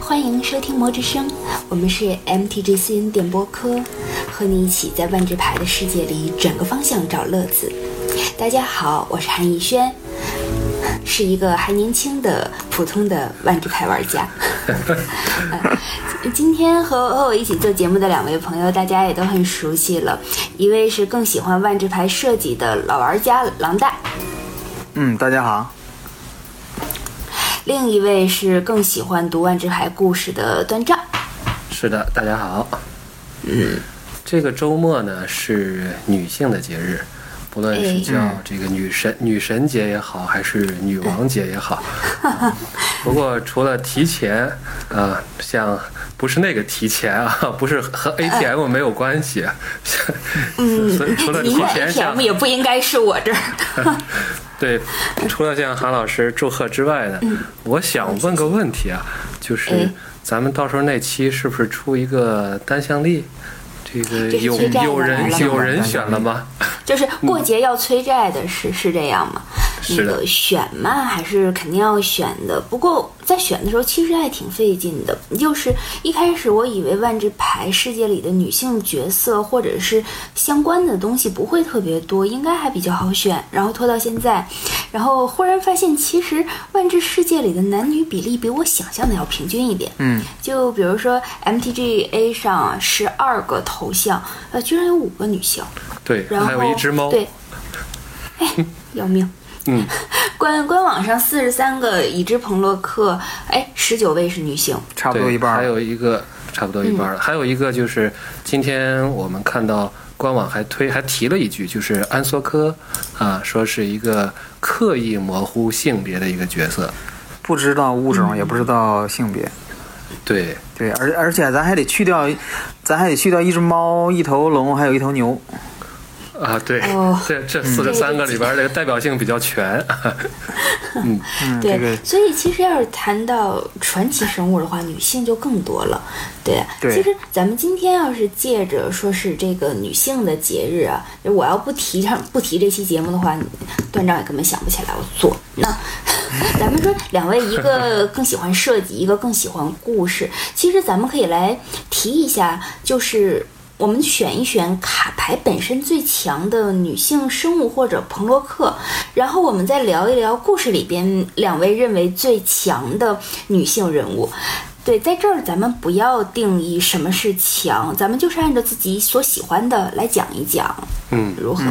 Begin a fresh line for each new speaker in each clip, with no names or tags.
欢迎收听《魔之声》，我们是 MTG 新点播科，和你一起在万智牌的世界里转个方向找乐子。大家好，我是韩逸轩，是一个还年轻的普通的万智牌玩家。 呃今天和和我一起做节目的两位朋友，大家也都很熟悉了，一位是更喜欢万智牌设计的老玩家狼大。
嗯，大家好。
另一位是更喜欢读万智牌故事的端丈。
是的，大家好。嗯，这个周末呢是女性的节日，不论是叫这个女神、女神节也好，还是女王节也好。啊不过除了提前，啊、像不是那个提前啊，不是和 ATM 没有关系。像 所以除了
嗯你
提
的
前像
ATM 也不应该是我这儿。
对，除了向韩老师祝贺之外呢，我想问个问题啊，就是
嗯哎
咱们到时候那期是不是出一个单向力？这个
这是
有
催债
有
的来
人
了
有人选了吗？
就是过节要催债的是、是这样吗？
嗯是的
那个选嘛，还是肯定要选的。不过在选的时候，其实还挺费劲的。就是一开始我以为万智牌世界里的女性角色或者是相关的东西不会特别多，应该还比较好选。然后拖到现在，然后忽然发现，其实万智世界里的男女比例比我想象的要平均一点。
嗯，
就比如说 MTGA 上十二个头像，呃，居然有五个女性。
对，
然后
还有一只猫。
对，哎，要命。
嗯，
官官网上四十三个已知朋洛克，哎，十九位是女性，
差不
对
多一半儿。
还有一个差不多一
嗯
半儿了，还有一个就是今天我们看到官网还推还提了一句，就是安索科啊，说是一个刻意模糊性别的一个角色。
不知道物
嗯
种，也不知道性别。
对，
对，而而且咱还得去掉，咱还得去掉一只猫、一头龙，还有一头牛。
啊，对，
哦
这这四十三个里边儿，这个代表性比较全。 嗯，
嗯，
对，
这个
所以其实要是谈到传奇生物的话，女性就更多了。对，
对
其实咱们今天要是借着说是这个女性的节日啊，我要不提上不提这期节目的话，段长也根本想不起来我做。那咱们说两位，一个更喜欢设计，一个更喜欢故事。其实咱们可以来提一下，就是。我们选一选卡牌本身最强的女性生物或者彭洛克，然后我们再聊一聊故事里边两位认为最强的女性人物。对，在这儿咱们不要定义什么是强，咱们就是按照自己所喜欢的来讲一讲，
嗯，
如何？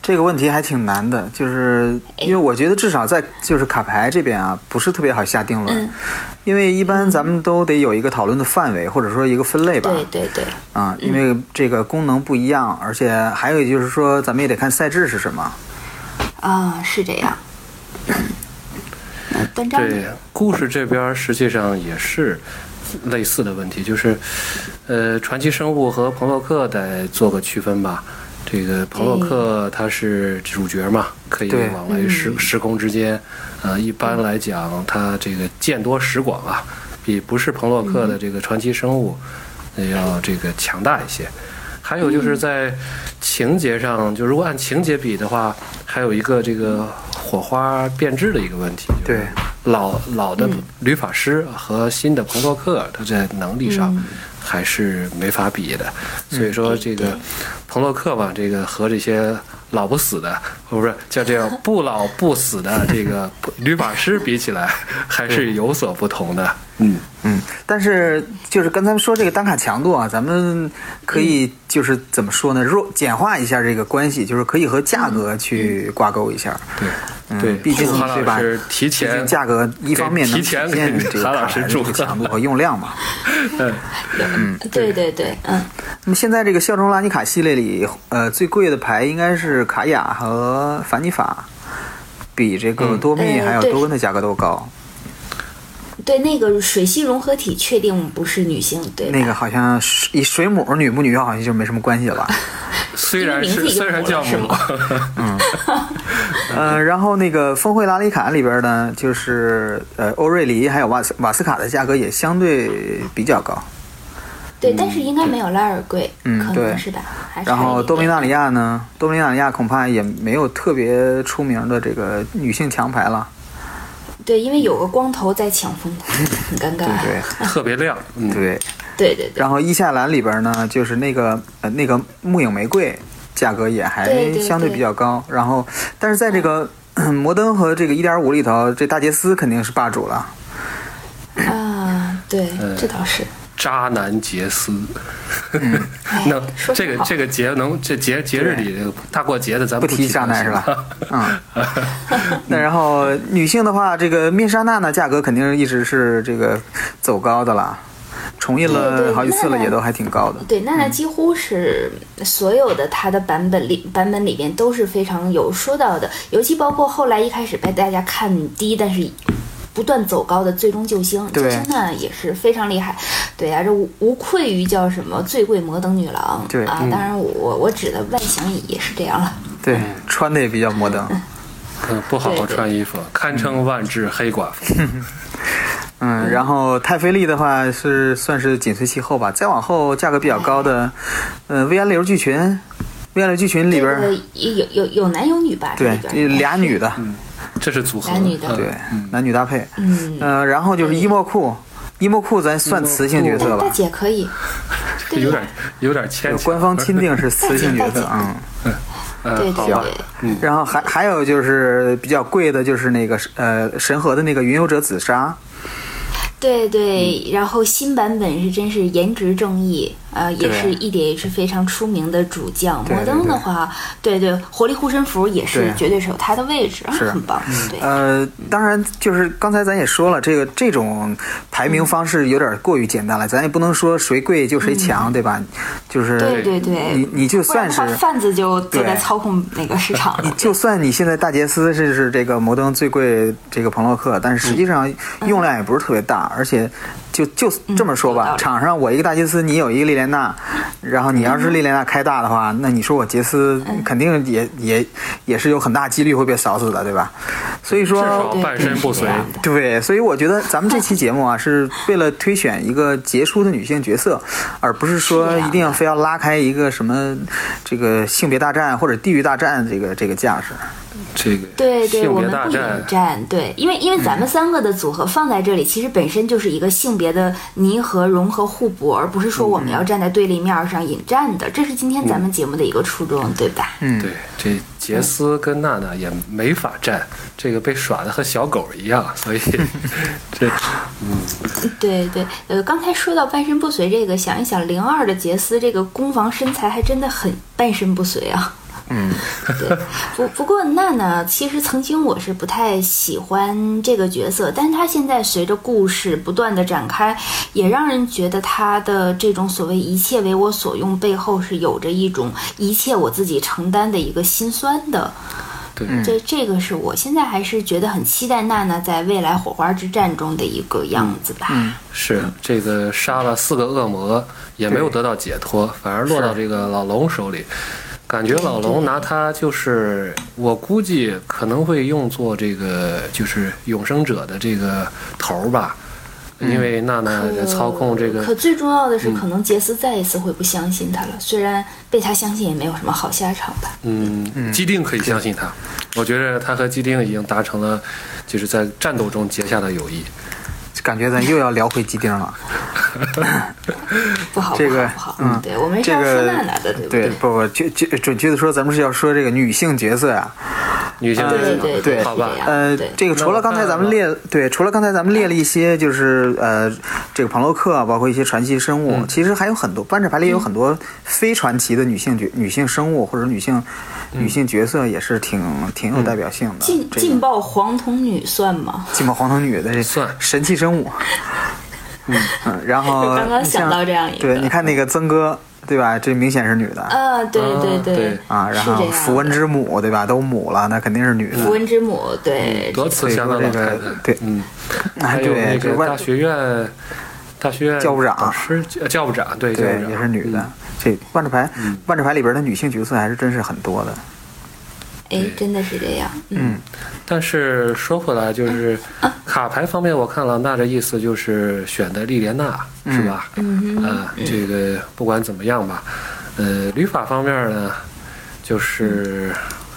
这个问题还挺难的，就是
哎
因为我觉得至少在就是卡牌这边啊，不是特别好下定
嗯
论，因为一般咱们都得有一个讨论的范围，或者说一个分类吧。
对对对，
嗯
啊，因为这个功能不一样，而且还有就是说，咱们也得看赛制是什么。
啊，是这样。嗯，端章呢，
对，故事这边儿实际上也是类似的问题，就是，呃，传奇生物和彭洛克得做个区分吧。这个彭洛克他是主角嘛，可以
对
往来时时空之间，呃，一般来讲他这个见多识广啊，比不是彭洛克的这个传奇生物呃要这个强大一些。还有
嗯
就是在情节上，就如果按情节比的话，还有一个这个火花变质的一个问题，就
对
是
嗯
老老的吕法师和新的彭洛克，他在能力
嗯
上还是没法比的。所以说，这个彭洛克嘛，这个和这些老不死的，不是叫这样不老不死的这个吕法师比起来， 还是有所不同的。嗯，
嗯，但是就是刚才说这个单卡强度啊，咱们可
嗯
以就是怎么说呢？弱简化一下这个关系，就是可以和
嗯
价格去挂钩一下。
对
嗯
对，
毕竟
祝韩
对
老
吧
师提
毕竟
前
价格一方面能
提
体
前给
现这个
韩老
卡
师
牌的
祝
这
贺
个强度和用量嘛。
对对对，嗯，
那么现在这个效忠拉尼卡系列里，呃，最贵的牌应该是卡雅和凡妮法，比这个多密
嗯
还有
对
多根的价格都高。
对，那个水系融合体确定不是女性，对吧？
那个好像水以水母女不女好像就没什么关系了吧。
虽然
因为
是
名字已经
虽然叫
火
母
了，
呃，然后那个峰会拉里卡里边呢，就是呃欧瑞黎还有瓦斯瓦斯卡的价格也相对比较高，
对，但是应该没有拉尔贵，
嗯
可
对
能是吧？还是
然
还有
后
一
多米
点
纳里亚呢，多米纳里亚恐怕也没有特别出名的这个女性强牌了。
对，因为有个光头在抢风头，很尴尬。
对
特别亮，嗯，
对。
对对对，
然后伊夏兰里边呢，就是那个呃那个木影玫瑰，价格也
对
还
对嗯
相对
对
比较高。然后，但是在这个、 摩登和这个一点五里头，这大杰斯肯定是霸主了。
啊，对，
呃
嗯
这倒是。
渣男杰斯，
哎
那
说得
这个
好
这个节能这节节日里大过节的咱
不
提
提渣
它
男
行
是
吧？
吧？嗯。 那然后女性的话，这个面纱娜呢，价格肯定一直是这个走高的啦，重印
对对嗯
了好几次
娜
了，
娜
也都还挺高的。
对，娜娜几乎是所有的她的版本里版本里边都是非常有说到的，尤其包括后来一开始被大家看低，但是不断走高的最终救星，
对
救星呢也是非常厉害。对啊，这无无愧于叫什么最贵摩登女郎。
对嗯
啊，当然我我我指的万翔也是这样了。
对，穿的也比较摩登。
嗯，不好好
对对
穿衣服，堪称万智黑寡妇。
嗯，然后太妃丽的话是算是紧随其后吧，再往后价格比较高的，呃，V N 流剧群，V N 流剧群里边
这
儿，
个有有有男有女吧？这
对
里，边
这俩女的，
这是组合，
男女的
嗯
对，男女搭配，
嗯，
呃，然后就是伊莫库，伊莫库咱算雌性角色
大
吧
大，姐可以。对
有
呀
点有点牵
有
强。
官方钦定是雌性角
大姐
色，
大姐
嗯。
嗯，
对
好
对
吧，
对。
然后还还有就是比较贵的，就是那个呃神河的那个云游者紫砂，
对
嗯
对，然后新版本是真是颜值正义，呃，也
对
是 EDH 非常出名的主将。
对
摩登的话，对对，活力护身符也是
对
绝对是有他的位置，
是
很棒。对，
呃，当然就是刚才咱也说了，这个这种排名方式有点过于简单了，咱也不能说谁贵就谁强，对吧？就是
嗯对对对
你你就
不然
算
的
是
话，贩子就就
对
在操控那个市场了。
就算你现在大杰斯是是这个摩登最贵这个彭洛克，但是实际上用量也不是特别大，而且就就这么说
有道
吧，
理
场上我一个大杰斯，你有一个莉莲娜，然后你要是莉莲娜开大的话，那你说我杰斯肯定也也也是有很大几率会被扫死的，对吧？所以
至
说
少半身不遂
对。对
对，所以我觉得咱们这期节目啊，是为了推选一个杰出的女性角色，而不是说一定要非要拉开一个什么这个性别大战或者地域大战这个这个架势。
这个
对对，
性
我
别
们
大
不
战
引，战，对，因为因
嗯
为咱们三个的组合放在这里，其实本身就是一个性别的弥合、融合、互补，而不是说
嗯
我们要站在对立面儿上引战的，这是今天咱们节目的一个初衷，对吧？
嗯，
对，这杰斯跟娜娜也没法站，这个被耍的和小狗一样，所以 这
对对，呃，刚才说到半身不遂这个，想一想零二的杰斯这个攻防身材还真的很半身不遂啊。嗯， 对，不不过娜娜其实曾经我是不太喜欢这个角色，但是她现在随着故事不断的展开，也让人觉得她的这种所谓一切为我所用背后是有着一种一切我自己承担的一个心酸的。
对
这这个是我现在还是觉得很期待娜娜在未来火花之战中的一个样子吧。
是这个杀了四个恶魔也没有得到解脱，反而落到这个老龙手里。感觉老龙拿他就是，我估计可能会用作这个就是永生者的这个头儿吧，因为娜娜
呃
操控这个嗯
可最重要的是，可能杰斯再一次会不相信他了。虽然被他相信也没有什么好下场吧。
嗯，基定可以相信他。我觉得他和基定已经达成了，就是在战斗中结下的友谊。
感觉咱又要聊回基丁了。
不好，
这个
不好，不好。
嗯
对我们是
这
要说
个
娜娜的，对不
对，不不，就就准确的说，咱们是要说这个女性角色啊。
女性
呃
之
对
间
对
对
是
好吧
这样
呃
对，
这个除了刚才咱们列对，除了刚才咱们列了一些，就是呃，这个庞洛克啊，包括一些传奇生物，
嗯
其实还有很多半纸牌里有很多非传奇的女性角、女性生物或者女性、女性角色，也是挺挺有代表性的。
嗯
啊
劲
这个
劲爆黄铜女算吗？
劲爆黄铜女的这
算
神器 生物。嗯嗯，然后
我刚刚
你像
想到这样一个
对，你看那个曾哥，对吧？这明显是女的。
啊，对对
啊对
啊，然
是这
后
样
符文
的
之母对吧？都母了，那肯定是女
符
的。
文之母，对，
嗯多
所
慈
以
祥的
说这
老太
个
太，
对，
嗯，
哎
还有那
对，这
个
外
大学院，大学院
教务长
导师，呃教务长对，教务
对
长
也是女的
嗯。
这万智牌，万智牌里边的女性角色还是真是很多的。
哎
对，
真的是这样。
嗯，
但是说回来，就是卡牌方面，我看郎大的意思就是选的莉莲娜是吧？
嗯
啊，这个不管怎么样吧，呃，旅法方面呢，就是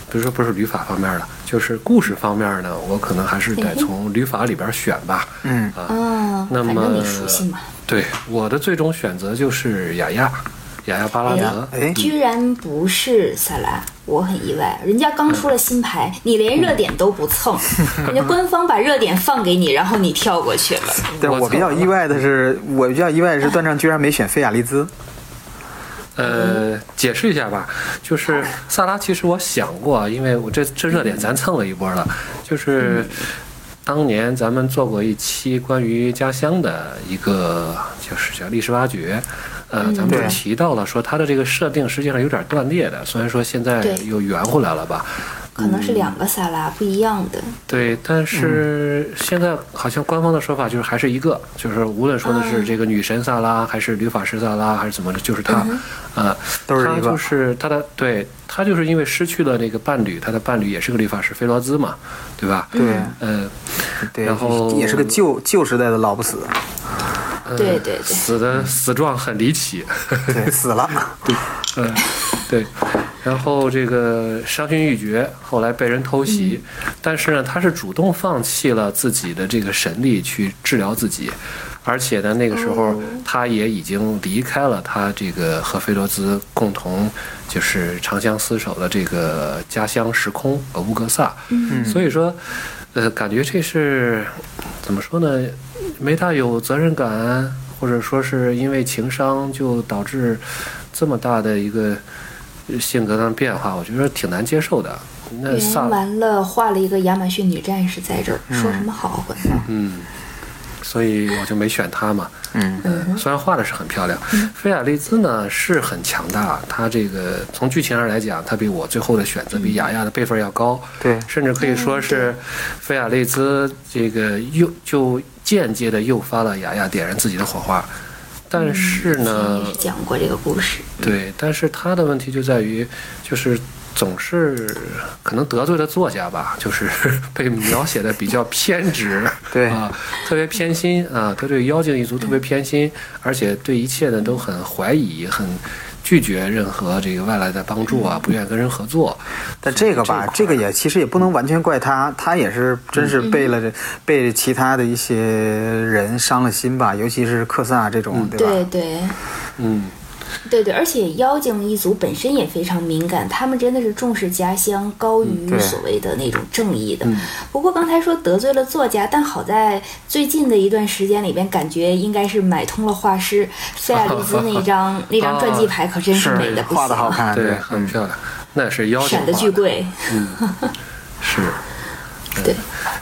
不是说不是旅法方面了，就是故事方面呢，我可能还是得从旅法里边选吧。
嗯
啊，
嗯，
那
反正
么
你熟悉嘛，
对我的最终选择就是雅亚，雅亚巴拉德。
哎，
居然不是萨拉，我很意外。人家刚出了新牌，你连热点都不蹭， 人家官方把热点放给你，然后你跳过去了。
但
我
我比较意外的是，我比较意外的是，段正居然没选费亚利兹。
呃，解释一下吧，就是萨拉，其实我想过啊，因为我这这热点咱蹭了一波了，就是当年咱们做过一期关于家乡的一个，就是叫历史挖掘。呃，咱们就
对
提到了说它的这个设定实际上有点断裂的，虽然说现在
对
又圆回来了吧，
可能是两个萨拉不一样的，
对，但
嗯
是现在好像官方的说法就是还是一个，就是无论说的
嗯
是这个女神萨拉，还是女法师萨拉，还是怎么着，就是她，
嗯
呃，
都是一
她
个
就是她的，对她就是因为失去了那个伴侣，她的伴侣也是个女法师菲罗兹嘛，对吧？
对
嗯，
对，
然后
也是个旧旧时代的老不 死，嗯
呃
对对对
死的死状很离奇，
对，死 了。
嗯， 对，然后这个伤心欲绝，后来被人偷袭，但是呢，他是主动放弃了自己的这个神力去治疗自己，而且呢，那个时候他也已经离开了他这个和菲罗兹共同就是长相厮守的这个家乡时空呃乌格萨，
嗯
所以说，呃，感觉这是怎么说呢？没大有责任感，或者说是因为情商就导致这么大的一个呃性格上的变化，我觉得挺难接受的。那
呃
原
萨
来，完了画了一个亚马逊女战士在这儿，说什么好啊话呢？
嗯，所以我就没选他嘛。
嗯，
嗯，虽然画的是很漂亮，菲亚利兹呢是很强大，他这个从剧情上来讲，他比我最后的选择比雅亚的辈分要高，
对
甚至可以说是菲亚利兹这个诱就间接的诱发了雅亚点燃自己的火花，但是呢
也，是讲过这个故事，
对，但是他的问题就在于，就是总是可能得罪了作家吧，就是 被描写的比较偏执，
对
啊，特别偏心啊，他对妖精一族特别偏心，而且对一切呢都很怀疑，很拒绝任何这个外来的帮助啊，不愿意跟人合作。
但这个吧，这个也其实也不能完全怪他，他也是真是
嗯
被了这被其他的一些人伤了心吧，尤其是克萨这种，对吧？
对对
嗯，
对对，而且妖精一族本身也非常敏感，他们真的是重视家乡高
嗯
于
对
所谓的那种正义的。不过刚才说得罪了作家，但好在最近的一段时间里边，感觉应该是买通了画师菲亚利兹那 张那张传记
啊
牌，可真是美的不
画的
行
好
啊，
看，
对，
对，
很漂亮，那是妖精
闪的
画
巨贵。
是。
对，
嗯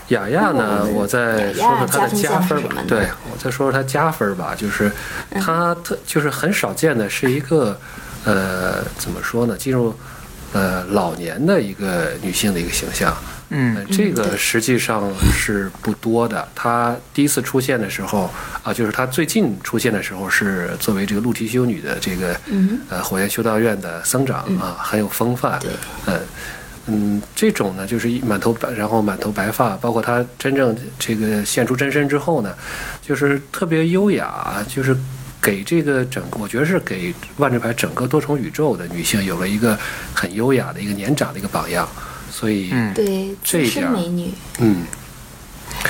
雅亚呢，我再说说她的加分吧。对，我再说说她加分吧，就是她特就是很少见的是一个，呃，怎么说呢，进入呃老年的一个女性的一个形象。
嗯
呃，这个实际上是不多的。她第一次出现的时候啊，就是她最近出现的时候是作为这个露提修女的这个
嗯
呃火焰修道院的僧长啊，很有风范。
对
嗯嗯，这种呢就是一满头白，然后满头白发，包括她真正这个现出真身之后呢，就是特别优雅，就是。给这个整个，我觉得是给万智牌整个多重宇宙的女性有了一个很优雅的一个年长的一个榜样，所以
嗯
对，
这
资
一
深
点儿
美女。
嗯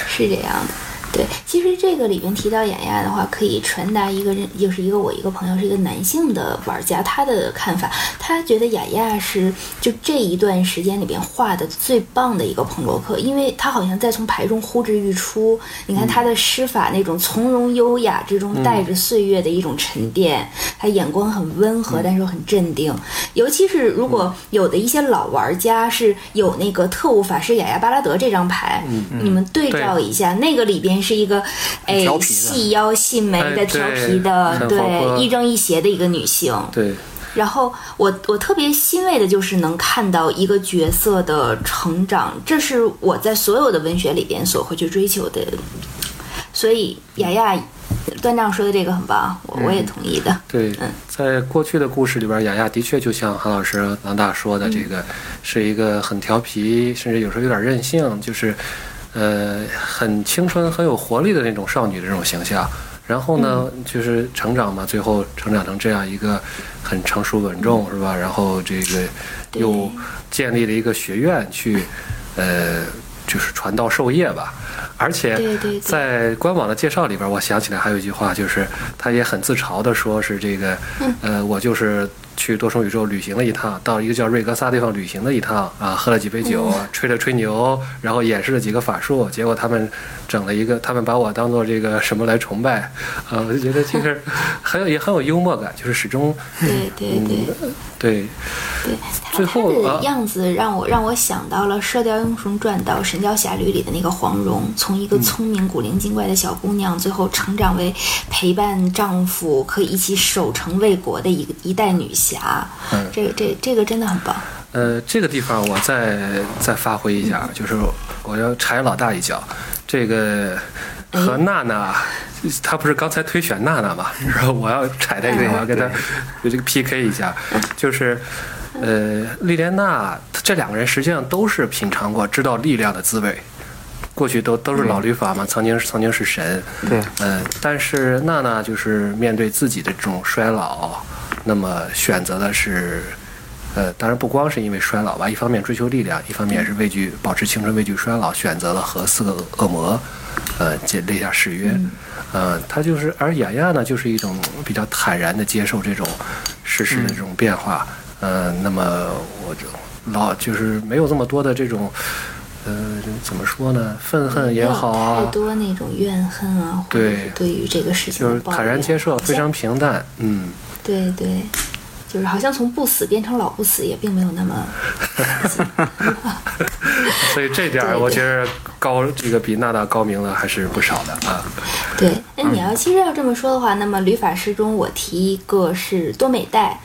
是这样的。对，其实这个里面提到雅雅的话，可以传达一个人，就是一个我一个朋友是一个男性的玩家，他的看法，他觉得雅雅是就这一段时间里边画的最棒的一个彭罗克，因为他好像在从牌中呼之欲出。你看他的诗法那种从容优雅之中带着岁月的一种沉淀，他眼光很温
嗯
和，但是又很镇定。尤其是如果有的一些老玩家是有那个特务法师雅亚巴拉德这张牌，
嗯
你们对照一下，那个里边是一个哎
调皮的
细腰细眉
哎
的
对
调皮的，
很活泼
对，一正一邪的一个女性。，
对，
然后我我特别欣慰的就是能看到一个角色的成长，这是我在所有的文学里边所会去追求的。所以雅雅，段丈说的这个很棒，我我也
嗯
同意的。
对，在过去的故事里边，雅雅的确就像韩老师、郎大说的，这个是一个很调皮，甚至有时候有点任性，就是呃很青春、很有活力的那种少女的这种形象。然后呢，就是成长嘛，最后成长成这样一个很成熟稳重，是吧？然后这个又建立了一个学院去。呃，就是传道授业吧。而且
对对对
在官网的介绍里边，我想起来还有一句话，就是他也很自嘲的说是这个，
嗯
呃，我就是去多重宇宙旅行了一趟，到一个叫瑞格萨地方旅行了一趟啊，喝了几杯酒，
嗯
吹了吹牛，然后演示了几个法术，结果他们整了一个， 他们把我当做这个什么来崇拜，啊，我就觉得这个很有也很有幽默感，就是始终
对对对
对
对，
嗯最
他他
后啊
的样子让我让我想到了《射雕英雄传》到《神雕侠侣》里的那个黄蓉，从一个聪明古灵精怪的小姑娘，最后成长为陪伴丈夫可以一起守城卫国的一个一代女侠。
嗯
这个这这个真的很棒。
呃，这个地方我再再发挥一下，就是我要踩老大一脚。这个和娜娜，她不是刚才推选娜娜嘛？然后我要踩她一脚，我要跟她这个 PK 一下。就是呃，莉莲娜这两个人实际上都是品尝过知道力量的滋味。过去都都是老律法嘛，曾经曾经是神，
对
嗯，但是娜娜就是面对自己的这种衰老，那么选择的是，呃，当然不光是因为衰老吧，一方面追求力量，一方面也是畏惧保持青春，畏惧衰老，选择了和四个恶魔，呃，结立下誓约，
嗯
呃，她就是，而雅雅呢，就是一种比较坦然的接受这种世事
嗯
的这种变化，呃，那么我就老就是没有这么多的这种。呃，怎么说呢？愤恨也好
没有
啊
嗯太，多那种怨恨啊，或者
对
是对于这个事情
就是
的抱怨
坦然接受，非常平淡。嗯，
对对，就是好像从不死变成老不死，也并没有那么
所以这点儿
对
我觉得高这个比娜娜高明了还是不少的啊。
对，那哎你要其实要这么说的话，那么旅法师中我提一个是多美代，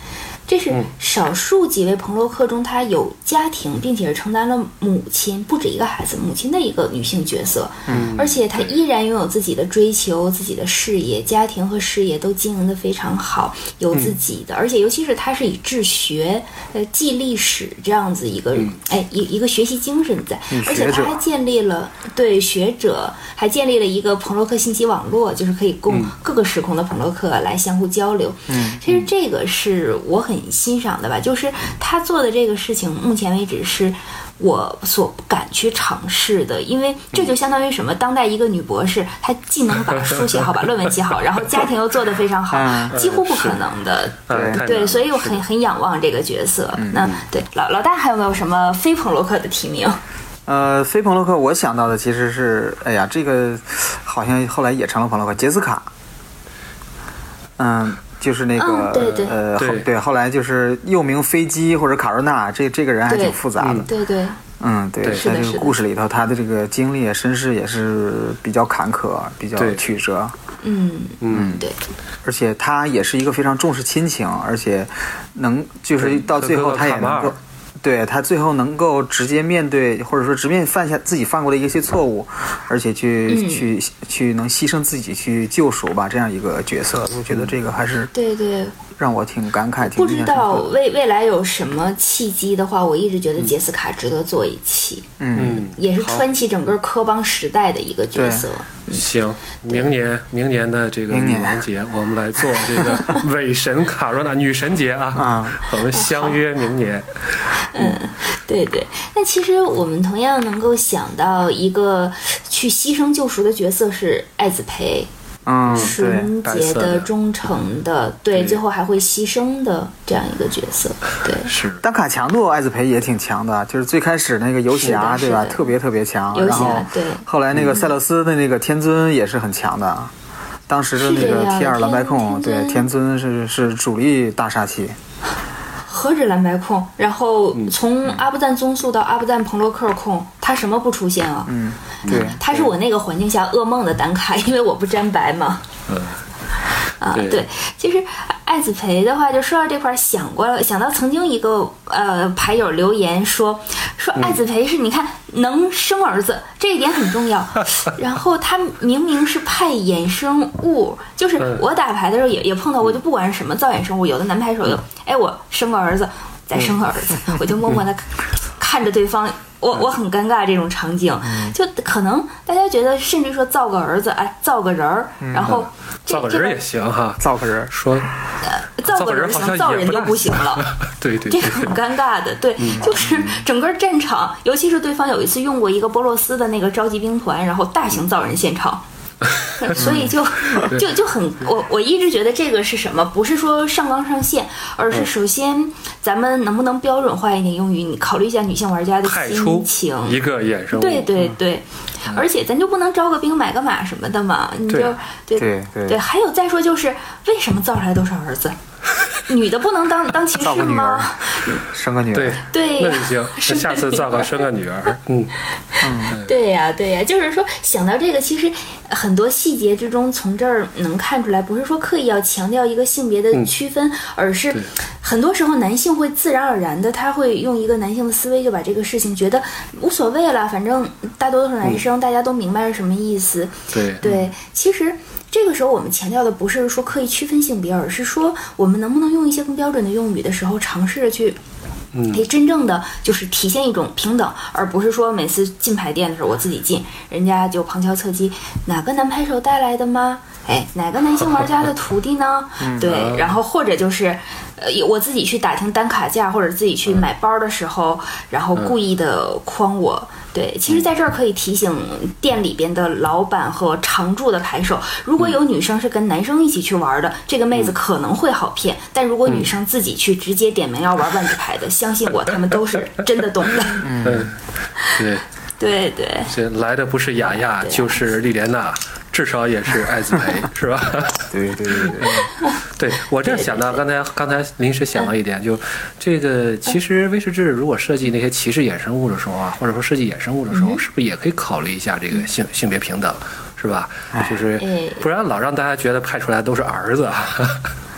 这是少数几位朋洛克中她有家庭，并且是承担了母亲不止一个孩子母亲的一个女性角色，嗯，而且她依然拥有自己的追求、自己的事业、家庭和事业都经营得非常好，有自己的，而且尤其是她是以治学、呃记历史这样子一个、哎一一个学习精神在，而且
学者
她还建立了对学者，还建立了一个朋洛克信息网络，就是可以
嗯
供各个时空的朋洛克来相互交流。嗯，其实这个是我很欣赏的吧，就是他做的这个事情，目前为止是。我所不敢去尝试的，因为这
嗯
就相当于什么？当代一个女博士，她既能把书写好，把论文写好，然后家庭又做得非常好，
嗯
几乎不可能的。
啊
对
太难
对，
了嗯
所以我很很仰望这个角色。那对老老大还有没有什么非朋洛克的提名？
呃，非朋洛克，我想到的其实是，哎呀，这个好像后来也成了朋洛克，杰斯卡。嗯，就是那个，
嗯对对
呃，后
对
对，后来就是又名飞机或者卡瑞娜，这这个人还
对
挺复杂的。
对对，
嗯，对，
对是
的
在这
是
个
的
故事里头，他的这个经历、啊身世也是比较坎坷、比较
对
曲折，
嗯嗯，对，
而且他也是一个非常重视亲情，而且能就是
对
到最
和哥
后
哥
他也
卡马
能
尔
够，对他最后能够直接面对，或者说直面犯下自己犯过的一些错误，而且去、
嗯
去去能牺牲自己去救赎吧，这样一个角色，我觉得这个还是
对对，
让我挺感慨、挺
不
印
知
象深
道
刻的。
未未来有什么契机的话，我一直觉得杰斯卡值得做一期，
嗯，
也是穿起整个科邦时代的一个角色。
行，明年明年的这个
明
女
年
王节，我们来做这 个伪神卡若娜女神节啊
啊，
我们相约明年。
对对，那其实我们同样能够想到一个去牺牲救赎的角色是爱子培，
嗯，对。
纯
白
洁
色
的、
的
忠诚的，对，
对
最后还会牺牲的这样一个角色。对，
是，
单卡强度，艾子培也挺强的，就是最开始那个游侠，
是的
对吧？
是的
特别特别强，
游侠
然后
对嗯
后来那个塞勒斯的那个天尊也是很强的，当时的那
是这
个
样
铁尔蓝白控，
天
对，天尊是是主力大杀器，
何止蓝白控，然后从阿布赞宗宿到阿布赞彭洛克控，他什么不出现啊？嗯，
对，
他是我那个环境下噩梦的单卡，因为我不沾白嘛。
嗯，
啊，
对
对，其实爱子培的话，就说到这块儿，想过了，想到曾经一个呃牌友留言说，说爱子培是你看能生儿子这一点很重 要，然后他明明是派衍生物，就是
嗯
我打牌的时候也也碰到过，就不管是什么造衍生物，有的男牌手就哎我生个儿子，再生个儿子，我就默默的看着对方。我我很尴尬这种场景，就可能大家觉得，甚至说造个儿子，哎，造个人儿，然后这
造个
这
人
边
也行哈。
造个人。
说
造个人
好
行，
像
造
也
人
不
就
大嗯
不行了。
对对
这
对
个很尴尬的，对，就是整个战场，尤其是对方有一次用过一个波洛斯的那个召集兵团，然后大型造人现 场。所以就就就很我我一直觉得这个是什么？不是说上纲上线，而
嗯
是首先咱们能不能标准化一点用语？你考虑一下女性玩家的
派
心
出
情，
一个衍生物，
对对
嗯
对，而且咱就不能招个兵买个马什么的嘛，你就
对啊
对
对对
对，还有再说就是为什么造出来都是儿 子？女的不能当当骑
造
士
个女儿
吗？，
生个女
对
儿，，
对
那
呀、
就行，那下次造个生个女儿，嗯，
对呀、对呀、就是说想到这个，其实很多细节之中，从这儿能看出来，不是说刻意要强调一个性别
嗯
的区分，而是
对
很多时候男性会自然而然的，他会用一个男性的思维就把这个事情觉得无所谓了，反正大多数
嗯
男生、大家都明白是什么意思，
对
对，其实这个时候我们强调的不是说刻意区分性别，而是说我们能不能用一些更标准的用语的时候，尝试着去。哎，真正的就是体现一种平等，而不是说每次进牌店的时候我自己进，人家就旁敲侧击，哪个男拍手带来的吗？哎，哪个男性玩家的徒弟呢？对，然后或者就是，呃，我自己去打听单卡价，或者自己去买包的时候，然后故意的诓我。对，
嗯
其实在这儿可以提醒店里边的老板和常驻的牌手，如果有女生是跟男生一起去玩
嗯
的，这个妹子可能会好骗；但如果女生自己去直接点名要玩万智牌的，相信我，他们都是真的懂 的。
嗯，对，
对对
这来的不是雅
啊
雅就是莉莲娜，至少也是艾 子培，是吧？
对对对对，
对我这想到刚才刚才临时想到一点，就这个
嗯
其实威士忌如果设计那些歧视衍生物的时候啊，或者说设计衍生物的时
嗯
候，是不是也可以考虑一下这个性性别平等，是吧？就是
哎
不然老让大家觉得派出来都是儿子啊，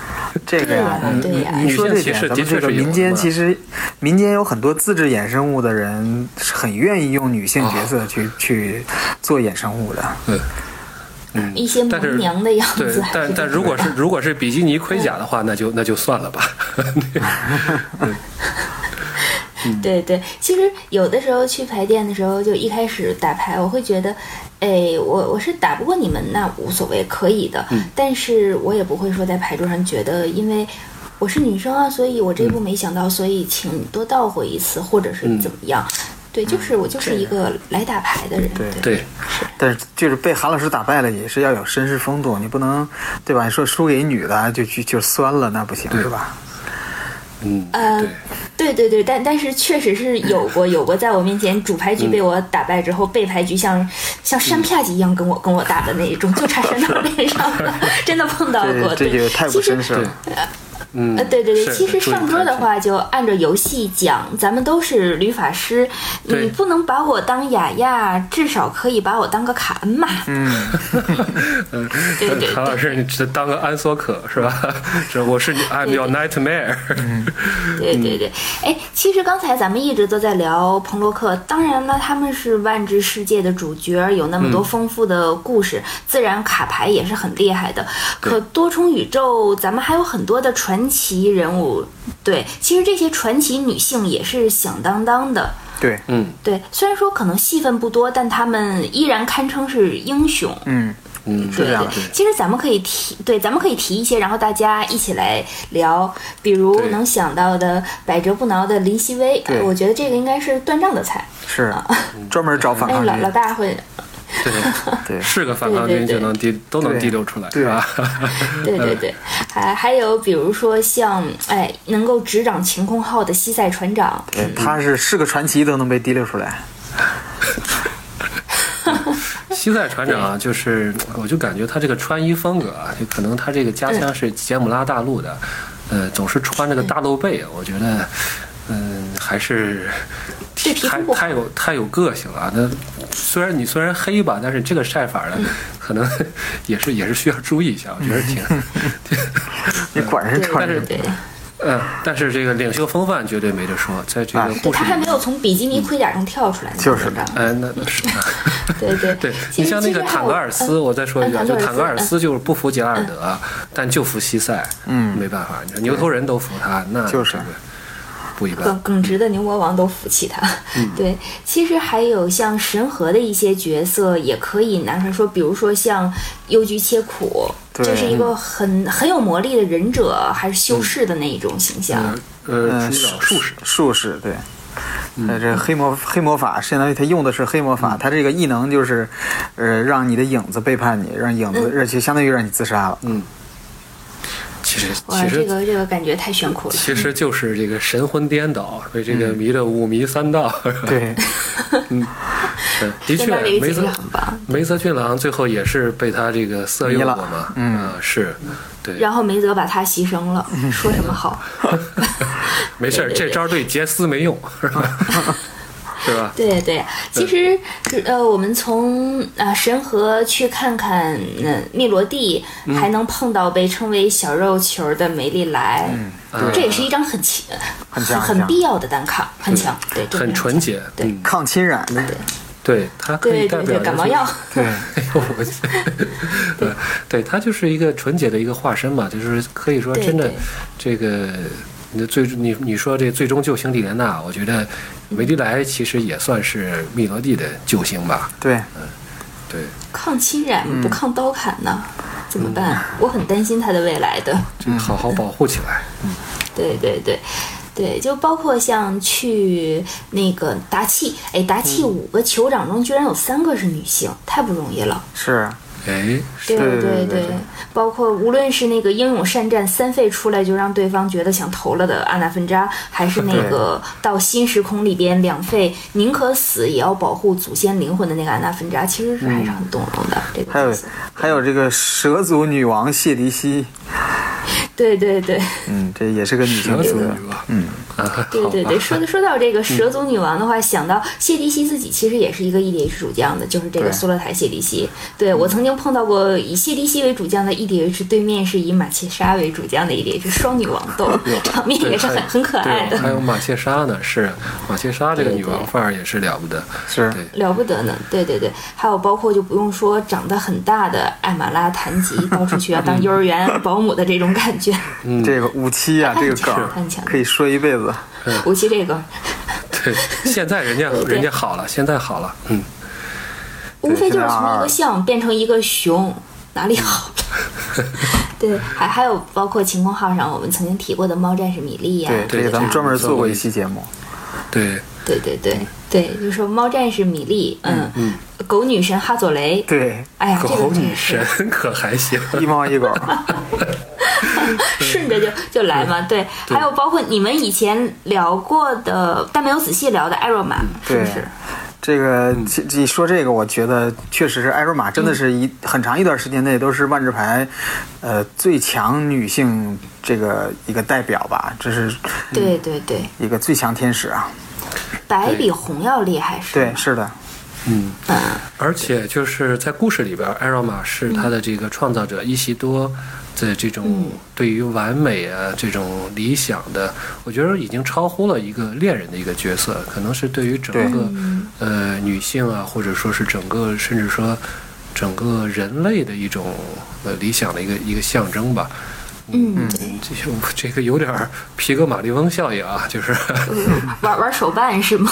这个
对
呀嗯
呀，，对呀、
你说这点，咱们这个民间其实，民间有很多自制衍生物的人，是很愿意用女性角
哦
色去、去做衍生物的。
嗯，
一些
但是
萌娘的样
对
子，，
但但如果是如果是比基尼盔甲的话，那就那就算了吧。
对对，其实有的时候去排店的时候，就一开始打牌，我会觉得，哎，我我是打不过你们，那无所谓，可以的。但是我也不会说在牌桌上觉得，因为我是女生啊，所以我这一步没想到，所以请你多倒回一次，或者是怎么样。对，就是我就是一个来打牌的人。
对
对，
但是就是被韩老师打败了，也是要有绅士风度，你不能对吧？你说输给女的就去就酸了，那不行是吧？
嗯，
呃
对，
对对对，但但是确实是有过有过，在我面前主牌局
嗯
被我打败之后，背牌局像像扇啪叽一样跟我跟我打的那一种，就差扇到我脸 上了，真的碰到过。
这这就太不
啊其实
绅士了。
嗯，
呃，对对对，
是
其实
注意
上
安
桌的
全
话就按照游戏讲，咱们都是律法师，
对
你不能把我当雅雅，至少可以把我当个卡恩嘛。
嗯，
对对
韩老
对
师，你只当个安索可是吧？ 是，我是你 I'm your nightmare。
对对对。哎，其实刚才咱们一直都在聊彭洛克，当然了，他们是万智世界的主角，有那么多丰富的故事，自然卡牌也是很厉害的。可多重宇宙，咱们还有很多的传奇人物。对，其实这些传奇女性也是响当当的。
对，
嗯
对，虽然说可能戏份不多，但他们依然堪称是英雄。
嗯，
嗯，
对
这样
对，其实咱们可以提，对，咱们可以提一些，然后大家一起来聊，比如
对
能想到的百折不挠的林希薇，哎
对
我觉得这个应该是断账的菜，
是专门找
啊
反
但是
抗
啊哎老老
军。
大会，
对，
对
是个反抗军就能滴都能滴溜出来，是吧？ 嗯
对对对，还、还有比如说像哎能够执掌晴空号的西塞船长，
对，他是是个传奇都能被提溜出来。
西塞船长啊，就是我就感觉他这个穿衣风格啊，就可能他这个家乡是杰姆拉大陆的，呃，总是穿这个大露背，我觉得，嗯，还是
对皮
太
肤不好
太有太有个性了。那虽然你虽然黑吧，但是这个晒法
嗯
呢，可能 也是也是需要注意一下，我觉得挺。
你管人
对
穿
但是
什
对
么？
对，
嗯，但是这个领袖风范绝对没得说，在这
啊
个故事
他
里
还没有从比基尼盔甲中跳出来呢，
就是
这样
哎，那那是 啊，
对对
对
其
你
实
像那
其
个
实还
坦
有
格尔斯，
嗯
我再说一
嗯
遍，就
坦
坦
格
格
尔
尔
斯
斯就是不服杰拉尔德，但就服西塞，
嗯
没办法，你说牛头人都服他，那
就是
这个不一
耿
般。
耿直的牛魔王都服气他。
嗯
对，其实还有像神和的一些角色也可以拿出来说，比如说像幽居切苦，
对
这是一个很很有魔力的忍者，还是
嗯
修士的那一种形象。
呃呃，
嗯，
主角术士，
术士对。
嗯
呃，这黑魔黑魔法相当于他用的是黑魔法，他这个异能就是，呃，让你的影子背叛你，让影子，
嗯
而且相当于让你自杀了。
嗯，其实
哇，
其
这
实
个这个感觉太炫酷了。
其实就是这个神魂颠倒，被这
嗯
个迷得五迷三 道。
对，
那里
嗯的确，呃
有
梅
几
泽
个很棒。
梅泽俊郎最后也是被他这个色诱过嘛，
嗯
啊是，对，
然后梅泽把他牺牲了，
嗯
说什么好？
没事儿，
对对
这招对杰斯没 用，是吧？是吧？
对对，其实呃，我们从啊、神河去看看嗯密罗地，还能碰到被称为小肉球的梅丽莱，
对
这也是一张很强、
很强很
很
强
必要的单抗，很强，对，这个
很纯洁，
对
嗯，
抗侵染的，
对，它可
对
以代
对
表
对，
一
感
个
冒 药，
对，
哎呦我去，对对，它就是一个纯洁的一个化身嘛，就是可以说
对
真的
对，
这个你的最你你说这最终救星莉莲娜，我觉得梅迪莱其实也算是密罗蒂的救星吧，
对，
对，
抗侵染不抗刀砍呢，怎么办？我很担心他的未来的。
这个好好保护起来，
对对对。对，就包括像去那个达契，哎，达契五个酋长中居然有三个是女性，太不容易了。
是，
哎，
对
对对
对
对对
包括无论是那个英勇善战三费出来就让对方觉得想投了的阿纳芬扎，还是那个到新时空里边两费宁可死也要保护祖先灵魂的那个阿纳芬扎，其实是还是很动容的、这个
还有
角色。
还有这个蛇族女王谢迪西，
对对对
嗯，这也是个女性角
蛇族
色，
女王，嗯啊，
对对对，说说到这个
嗯
蛇族女王的话，想到谢迪西自己其实也是一个异地 h 主将的，就是这个
对
苏勒台谢迪西。对
嗯
我曾经碰到过以谢迪西为主将的 EDH，对面是以马切莎为主将的 EDH，双女王斗， 场面也是很很可爱
对，
的，
还有马切莎呢，是马切莎这个
对
女王
对
范儿也是了不得，
是
对，
了不得呢。对对对，还有包括就不用说长得很大的艾玛拉弹吉，到处去要当幼儿园保姆的这种感觉，
这个五七呀，这个梗儿
很强
可以说一辈子。
嗯
武器这个
对，现在人家人家好了，现在好了，嗯，
无非就是
现在
从一
二
个象变成一个熊，哪里 好了？对，还还有包括晴空号上我们曾经提过的猫战士米莉呀、
对，
对
这个咱们
对
专门
做
做过
过
一
一
期节目。
对，
对对对对，就说猫战士米莉，嗯，狗女神哈佐雷，，
对，
哎呀，这
狗
个真
女
的是
神可还行，
一猫一狗，
顺着就就来嘛，对，还有包括你们以前聊过的，但没有仔细聊的艾若玛，是不
嗯对
是？
这个这这说这个，我觉得确实是艾瑞玛，真的是一很长一段时间内都是万智牌，呃，最强女性这个一个代表吧，这是
对对对，
一个最强天使啊。
白比红要厉害是
对，
吗？
是的，
嗯，
嗯，
而且就是在故事里边，艾若玛是他的这个创造者伊西多的这
嗯
种对于完美啊、这种理想的，我觉得已经超乎了一个恋人的一个角色，可能是对于整
对
个呃女性啊，或者说是整个甚至说整个人类的一种呃理想的一个一个象征吧。
嗯，对，
这就这个有点儿皮格马利翁效应啊，就是，
嗯玩玩手办是吗？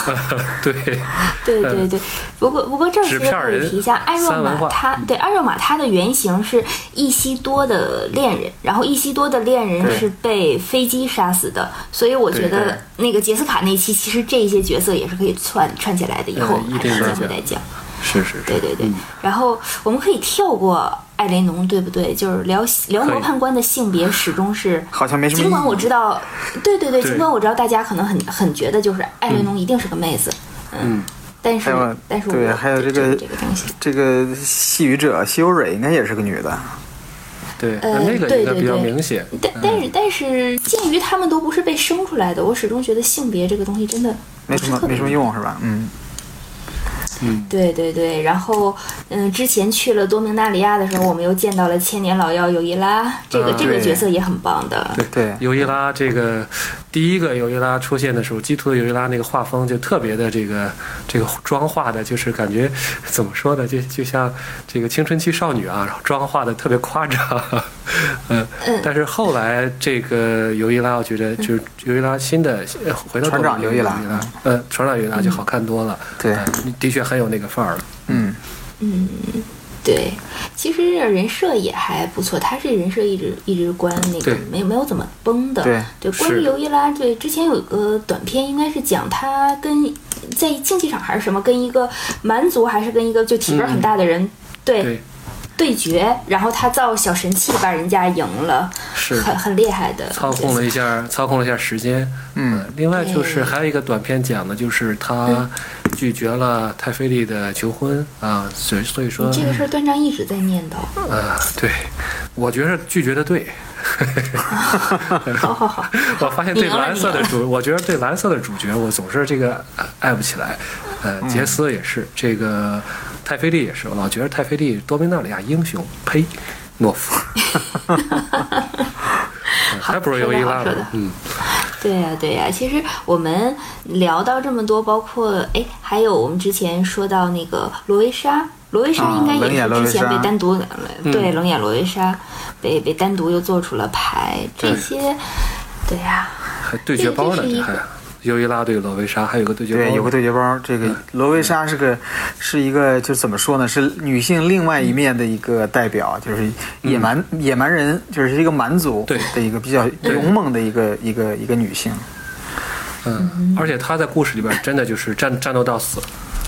对，
对对对，不过不过这儿其
纸
实
片
可以
人
提一下，艾若
三文嗯
玛
化
他对艾若玛他的原型是伊西多的恋人，然后伊西多的恋人
对
是被飞机杀死的，所以我觉
对
得那个杰斯卡那期其实这些角色也是可以串串起来的，以后
嗯
还
一定
是
要
咱们
讲
再讲。
是是嗯
对
是，
对对，
嗯
然后我们可以跳过艾雷农，对不对？就是聊聊
可
魔
以
判官的性别始终是
好像没什么意义
尽管我知道，对对对，
对
尽管我知道大家可能很很觉得就是艾雷农一定是个妹子，嗯，但是
还有
但是
对
我
还有这
这
个
这个东西，
这个细雨者西欧蕊应该也是个 女的，
对，
呃
那个应该
对对
比较
对
明显，
嗯
但但是但是，鉴于他们都不是被生出来的，我始终觉得性别这个东西真的
没什么
不是特别
没什么用是吧？嗯，
嗯
对对对，然后嗯，之前去了多明纳里亚的时候，我们又见到了千年老妖尤伊拉，这个、
啊
这个
嗯对
角色也很棒的。
对
尤伊拉这个第一个尤伊拉出现的时候，基图的尤伊拉那个画风就特别的这个这个妆化的，就是感觉怎么说呢，就就像这个青春期少女啊，然后妆化的特别夸张。 嗯，但是后来这个尤伊拉，我觉得就是尤伊拉新的呃回到
船长
尤
尤伊拉嗯
呃，船长尤伊拉就好看多了，
对
呃的确很有那个范儿了。
嗯，
对，其实人设也还不错，他这人设一直一直关那个
对
没有没有怎么崩的。
对
关于
是
尤伊拉，对之前有一个短片，应该是讲他跟在竞技场还是什么，跟一个蛮族还是跟一个就体格很大的人、对
对，
对决，然后他造小神器把人家赢了，
是
很很厉害的。
操控了一下，操控了一下时间。
嗯
呃，另外就是
对
还有一个短片讲的就是他拒绝了泰菲利的求婚啊，所以所以说
你这个事儿，段章一直在念叨。
啊，对，我觉得拒绝的对。
哦好好好，
我发现对蓝色的主，我觉得对蓝色的主角，我总是这个呃爱不起来。呃，
嗯
杰斯也是，这个泰菲利也是，我老觉得泰菲利多米纳里亚英雄，呸，懦夫。还不如尤伊拉
说 得好说得
呢
好。
嗯，
对呀、对呀、其实我们聊到这么多，包括哎，还有我们之前说到那个罗维莎，罗维莎
啊
应该
冷
也
眼罗
是
维
之前
莎嗯
被单独、呃对冷眼罗维莎被被单独又做出了牌，这
对
些，对呀、
还对决包
这
呢，
是一
这还尤伊拉对罗维莎，还有个嗯对决包呢，
对，有个对决包，这个罗维莎是个是一个，就怎么说呢，是女性另外一面的一个代表，就是野蛮野蛮人，就是一个蛮族
嗯对
的一个比较勇猛的一个一个一个女性。
嗯，而且他在故事里边真的就是战战斗到死，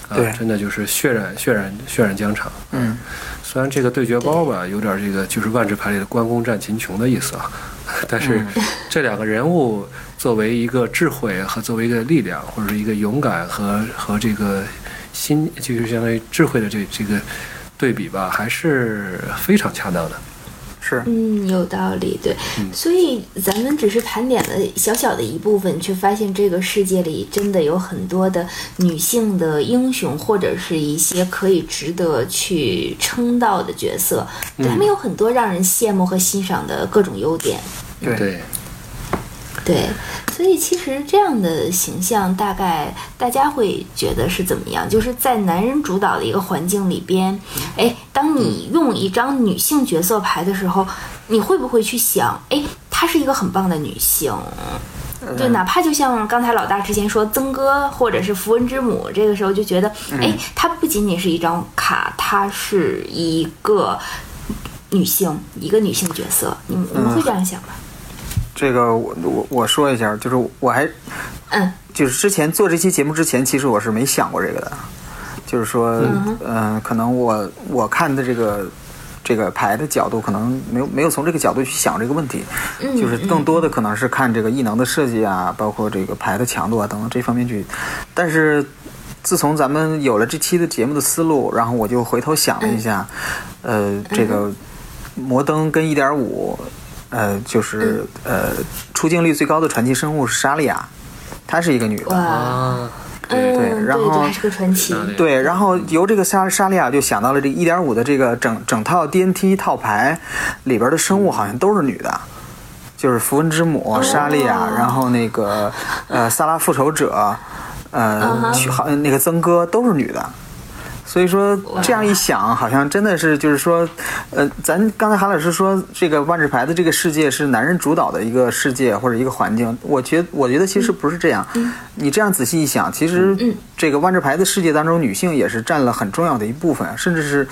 啊
对，
真的就是血染血染血染疆场。
嗯，
虽然这个对决包吧有点这个就是万智牌里的关公战秦琼的意思啊， 但是
嗯
这两个人物作为一个智慧和作为一个力量，或者是一个勇敢和和这个心，就是相当于智慧的这这个对比吧，还是非常恰当的。
是，
嗯，有道理，对，所以咱们只是盘点了小小的一部分，却发现这个世界里真的有很多的女性的英雄，或者是一些可以值得去称道的角色，他们有很多让人羡慕和欣赏的各种优点，
对
对，
对，所以其实这样的形象，大概大家会觉得是怎么样？就是在男人主导的一个环境里边，哎，当你用一张女性角色牌的时候，你会不会去想，哎，她是一个很棒的女性？
呃嗯
就哪怕就像刚才老大之前说曾哥或者是符文之母，这个时候就觉得，
嗯
哎，她不仅仅是一张卡，她是一个女性，一个女性角色。你们你们会
嗯
这样想吗？
这个我我我说一下，就是我还
嗯，
就是之前做这期节目之前，其实我是没想过这个的，就是说，嗯、可能我我看的这个这个牌的角度，可能没有没有从这个角度去想这个问题，
嗯
就是更多的可能是看这个异能的设计啊，包括这个牌的强度啊等等这方面去，但是。自从咱们有了这期的节目的思路，然后我就回头想了一下，呃，这个摩登跟一点五，呃，就是呃出镜率最高的传奇生物是莎莉亚，她是一个女的，
哇。
啊，
嗯，
对然后嗯
还是个传奇，
那里
对，然后由这个莎莎莉亚就想到了这一点五的这个整整套 DNT 套牌里边的生物好像都是女的，就是符文之母、莎莉亚，然后那个呃萨拉复仇者，呃，去好那个曾哥都是女的。所以说这样一想，好像真的是就是说，呃，咱刚才韩老师说这个万智牌的这个世界是男人主导的一个世界或者一个环境，我觉我觉得其实不是这样。嗯你这样仔细一想，其实这个万智牌的世界当中，女性也是占了很重要的一部分，甚至是，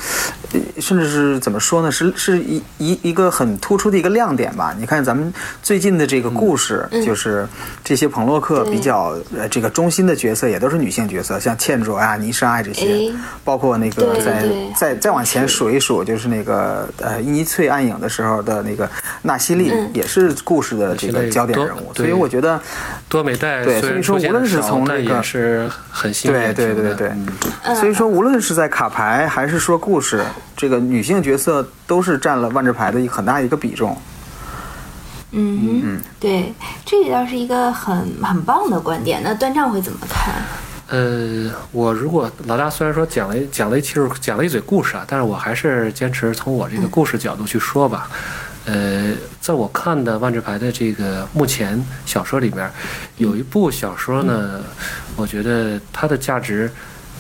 呃甚至是怎么说呢？是是一一一个很突出的一个亮点吧。你看咱们最近的这个故事，
嗯
就是这些朋洛克比较呃这个中心的角色也都是女性角色，像倩卓啊、泥莎啊这些
哎，
包括那个
对
在
对
再再往前数一数，就是那个呃《伊尼翠暗影》的时候的那个纳西利，
嗯
也是故事的这
纳西
个
利
焦点
多
人物。所
对
以我觉得，
多美代
对
虽
所以
然
说
出
无
现
论
的
是
少
从，
但
那个
也是很新
对
颖
对对
的
对
嗯，
所以说无论是在卡牌还是说故事，这个女性角色都是占了万智牌的一个很大一个比重。
嗯哼，对，这个倒是一个很很棒的观点。那段丈会怎么看？
呃，我如果老大虽然说讲了一讲了一其实讲了一嘴故事啊，但是我还是坚持从我这
嗯
个故事角度去说吧。呃，在我看的万智牌的这个目前小说里面，有一部小说呢，我觉得它的价值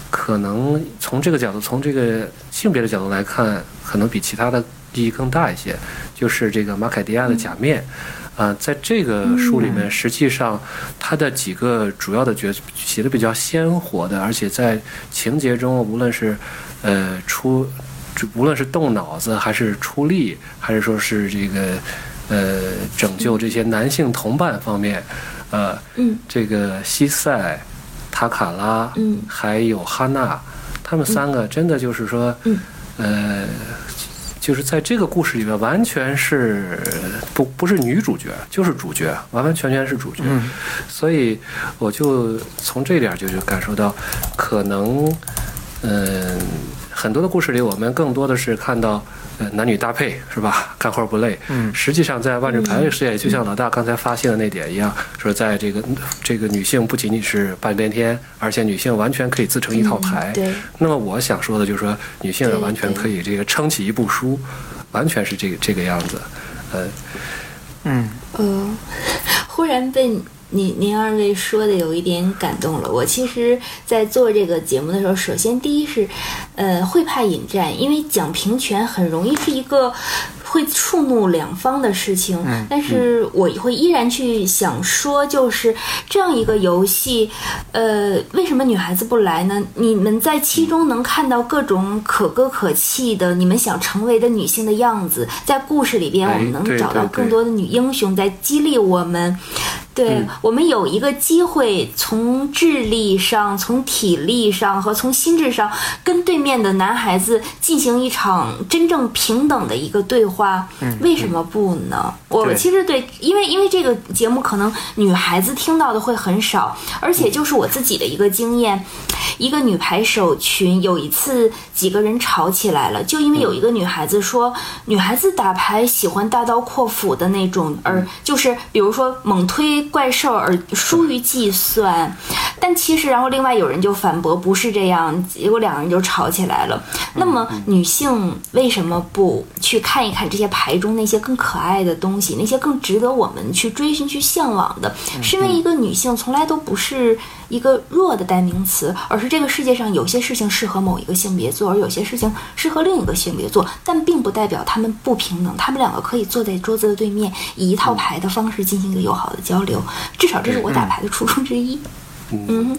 可能从这个角度，从这个性别的角度来看，可能比其他的意义更大一些。就是这个马凯迪亚的假
嗯
面。啊、在这个书里面，实际上它的几个主要的角写的比较鲜活的，而且在情节中，无论是呃出，就无论是动脑子，还是出力，还是说是这个呃拯救这些男性同伴方面，呃，
嗯
这个西塞、塔卡拉，
嗯
还有哈娜，他们三个真的就是说，
嗯
呃，就是在这个故事里面，完全是不不是女主角，就是主角，完完全全是主角。
嗯
所以我就从这点儿就是感受到，可能，嗯，很多的故事里，我们更多的是看到。呃，男女搭配是吧？ 干活不累。
嗯
实际上在万智牌这个世界里，就像老大刚才发现的那点一样，说在这个这个女性不仅仅是半边天，而且女性完全可以自成一套牌。
嗯对，
那么我想说的就是说，女性
对
完全可以这个撑起一部书，完全是这个这个样子。呃，
嗯，
呃，忽然被您您二位说的有一点感动了。我其实，在做这个节目的时候，首先第一是，呃，会怕引战，因为讲平权很容易是一个会触怒两方的事情。
嗯
但是我会依然去想说，就是这样一个游戏，呃，为什么女孩子不来呢？你们在其中能看到各种可歌可泣的你们想成为的女性的样子，在故事里边，我们
哎对
能找到
对对
更多。很多的女英雄在激励我们。对、我们有一个机会，从智力上、从体力上和从心智上，跟对面的男孩子进行一场真正平等的一个对话。为什么不呢？我
对
其实对，因为因为这个节目可能女孩子听到的会很少，而且就是我自己的一个经验，一个女排手群有一次几个人吵起来了，就因为有一个女孩子说，女孩子打牌喜欢大刀阔斧的那种，而就是比如说猛推怪兽而疏于计算，但其实然后另外有人就反驳不是这样，结果两个人就吵起来了。那么女性为什么不去看一看这些牌中那些更可爱的东西，那些更值得我们去追寻、去向往的？身为一个女性，从来都不是一个弱的代名词，而是这个世界上有些事情适合某一个性别做，而有些事情适合另一个性别做，但并不代表他们不平等。他们两个可以坐在桌子的对面，以一套牌的方式进行一个友好的交流。至少这是我打牌的初衷之一。嗯，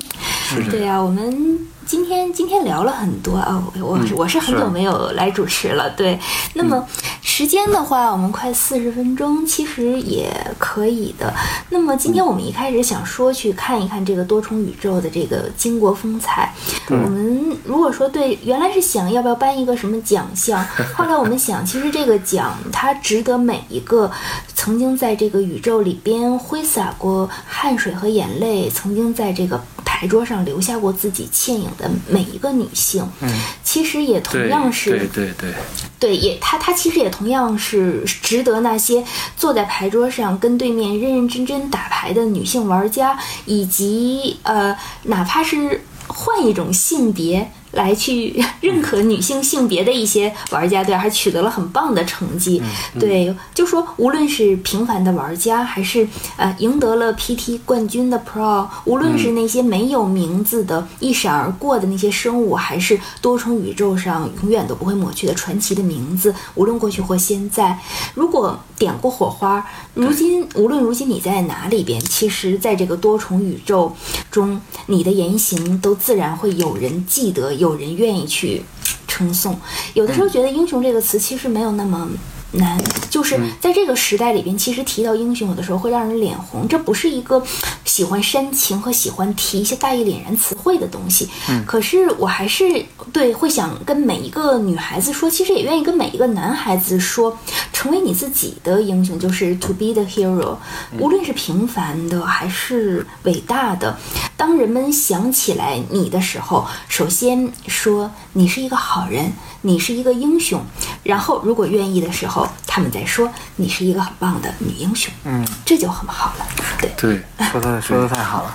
对呀、我们今天今天聊了很多啊，我我我是很久没有来主持了，对。那么时间的话，我们快四十分钟，其实也可以的。那么今天我们一开始想说去看一看这个多重宇宙的这个巾帼风采。我们如果说对，原来是想要不要颁一个什么奖 项，后来我们想，其实这个奖它值得每一个曾经在这个宇宙里边挥洒过汗水和眼泪，曾经在这个牌桌上留下过自己倩影的每一个女性。嗯，其实也同
对
样是
对对对，
对，也他他其实也同样是值得那些坐在牌桌上跟对面认认真真打牌的女性玩家，以及呃，哪怕是换一种性别来去认可女性性别的一些玩家，对，还取得了很棒的成绩。对，就说无论是平凡的玩家，还是呃赢得了 PT 冠军的 Pro，无论是那些没有名字的、一闪而过的那些生物，还是多重宇宙上永远都不会抹去的传奇的名字，无论过去或现在，如果点过火花，如今无论如今你在哪里边，其实在这个多重宇宙中，你的言行都自然会有人记得，有人愿意去称颂。有的时候觉得“英雄”这个词其实没有那么。难，就是在这个时代里边，其实提到英雄，有的时候会让人脸红。这不是一个喜欢煽情和喜欢提一些大义凛然词汇的东西。嗯，可是我还是对会想跟每一个女孩子说，其实也愿意跟每一个男孩子说，成为你自己的英雄，就是 to be the hero。无论是平凡的还是伟大的，当人们想起来你的时候，首先说你是一个好人，你是一个英雄。然后，如果愿意的时候，他们再说你是一个很棒的女英雄。嗯，这就很好了。对，
对，
说的说的太好了。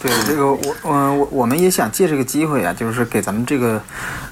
对这个，我嗯我我们也想借这个机会啊，就是给咱们这个，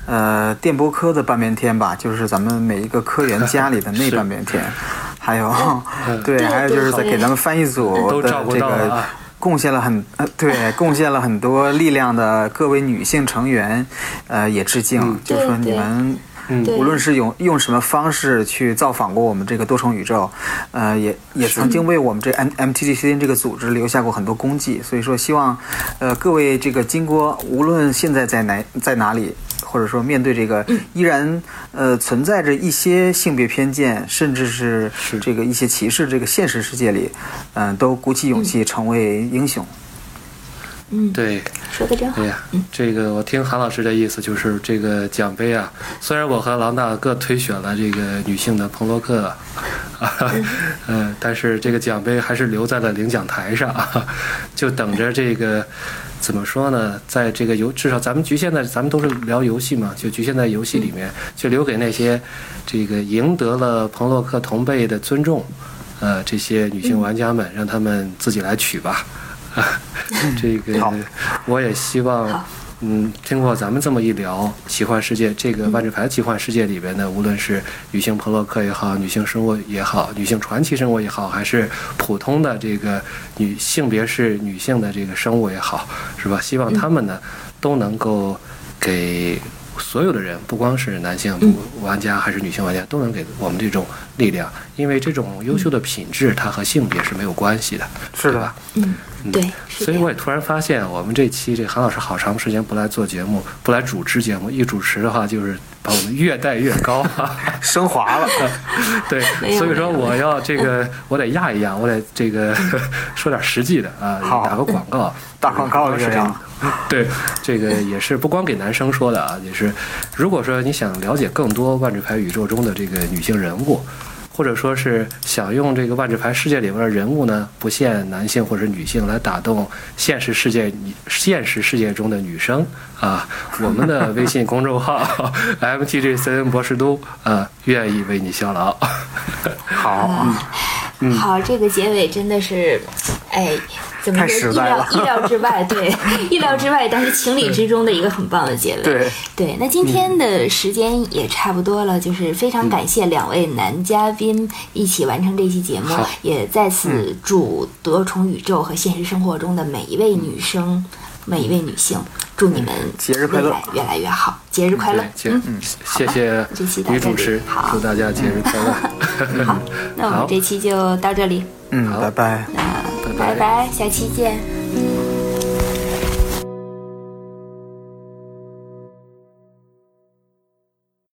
呃，电波科的半边天吧，就是咱们每一个科员家里的那
是嗯
半边天， 还有、 对，
对
还有就是在
对
给咱们翻译组
都
的
照顾
这
到了
个
啊
贡献了很呃对 贡献了很多力量的各位女性成员，呃，也致敬，
嗯
就
对
说你
对
们
嗯
对
无论是用用什么方式去造访过我们这个多重宇宙，呃，也也曾经为我们这 M MTGC 这个组织留下过很多功绩。所以说，希望呃各位这个金锅，无论现在在哪在哪里，或者说面对这个依然呃存在着一些性别偏见，甚至是
是
这个一些歧视这个现实世界里，嗯、都鼓起勇气成为英雄。
嗯，
对，
说的真好
对。呀、这个我听韩老师的意思就是，这个奖杯啊，虽然我和郎大各推选了这个女性的彭罗克， 啊，嗯，但是这个奖杯还是留在了领奖台上， 啊、就等着这个怎么说呢，在这个游至少咱们局限在咱们都是聊游戏嘛，就局限在游戏里面，就留给那些这个赢得了彭洛克同辈的尊重，呃，这些女性玩家们，让他们自己来取吧。 啊，这个
好
我也希望
好，
嗯，经过咱们这么一聊，奇幻世界这个万智牌奇幻世界里边呢，无论是女性朋洛克也好，女性生活也好，女性传奇生活也好，还是普通的这个女性别是女性的这个生物也好，是吧？希望他们呢都能够给。所有的人，不光是男性不玩家还是女性玩家，都能给我们这种力量，因为这种优秀的品质，它和性别是没有关系的，
是的
对吧？
嗯，对，是
所
这
以
样
我。也突然发现，我们这期这韩老师好长时间不来做节目，不来主持节目，一主持的话就是把我们越带越高。啊
升华 了，
对
没，有
所以说
没有
我要这个，我得压一压，我得这个 说点实际的啊，
好
打个广告。
打广告了这样。
对，这个也是不光给男生说的啊，也是如果说你想了解更多万智牌宇宙中的这个女性人物，或者说是想用这个万智牌世界里边的人物呢，不限男性或者女性来打动现实世界女现实世界中的女生啊，我们的微信公众号 MTGCN 博士都啊，愿意为你效劳。
好，
好，这个结尾真的是，哎，怎么
太
说
实
意
在
料
了
意料之外，对，意料之外，但是情理之中的一个很棒的结尾。
对，
对，那今天的时间也差不多了，就是非常感谢两位男嘉宾一起完成这期节目
好，
也再次祝多重宇宙和现实生活中的每一位女生、每一位女性，祝你们
节日快乐
未来越来越好，节日快乐
对，，节嗯，谢谢
这期到
女
这
主
里
持
好，
祝大家节日快 乐，
好，嗯那我们
好
这期就到这里，
嗯，
好
拜拜。
拜拜，下期见。
拜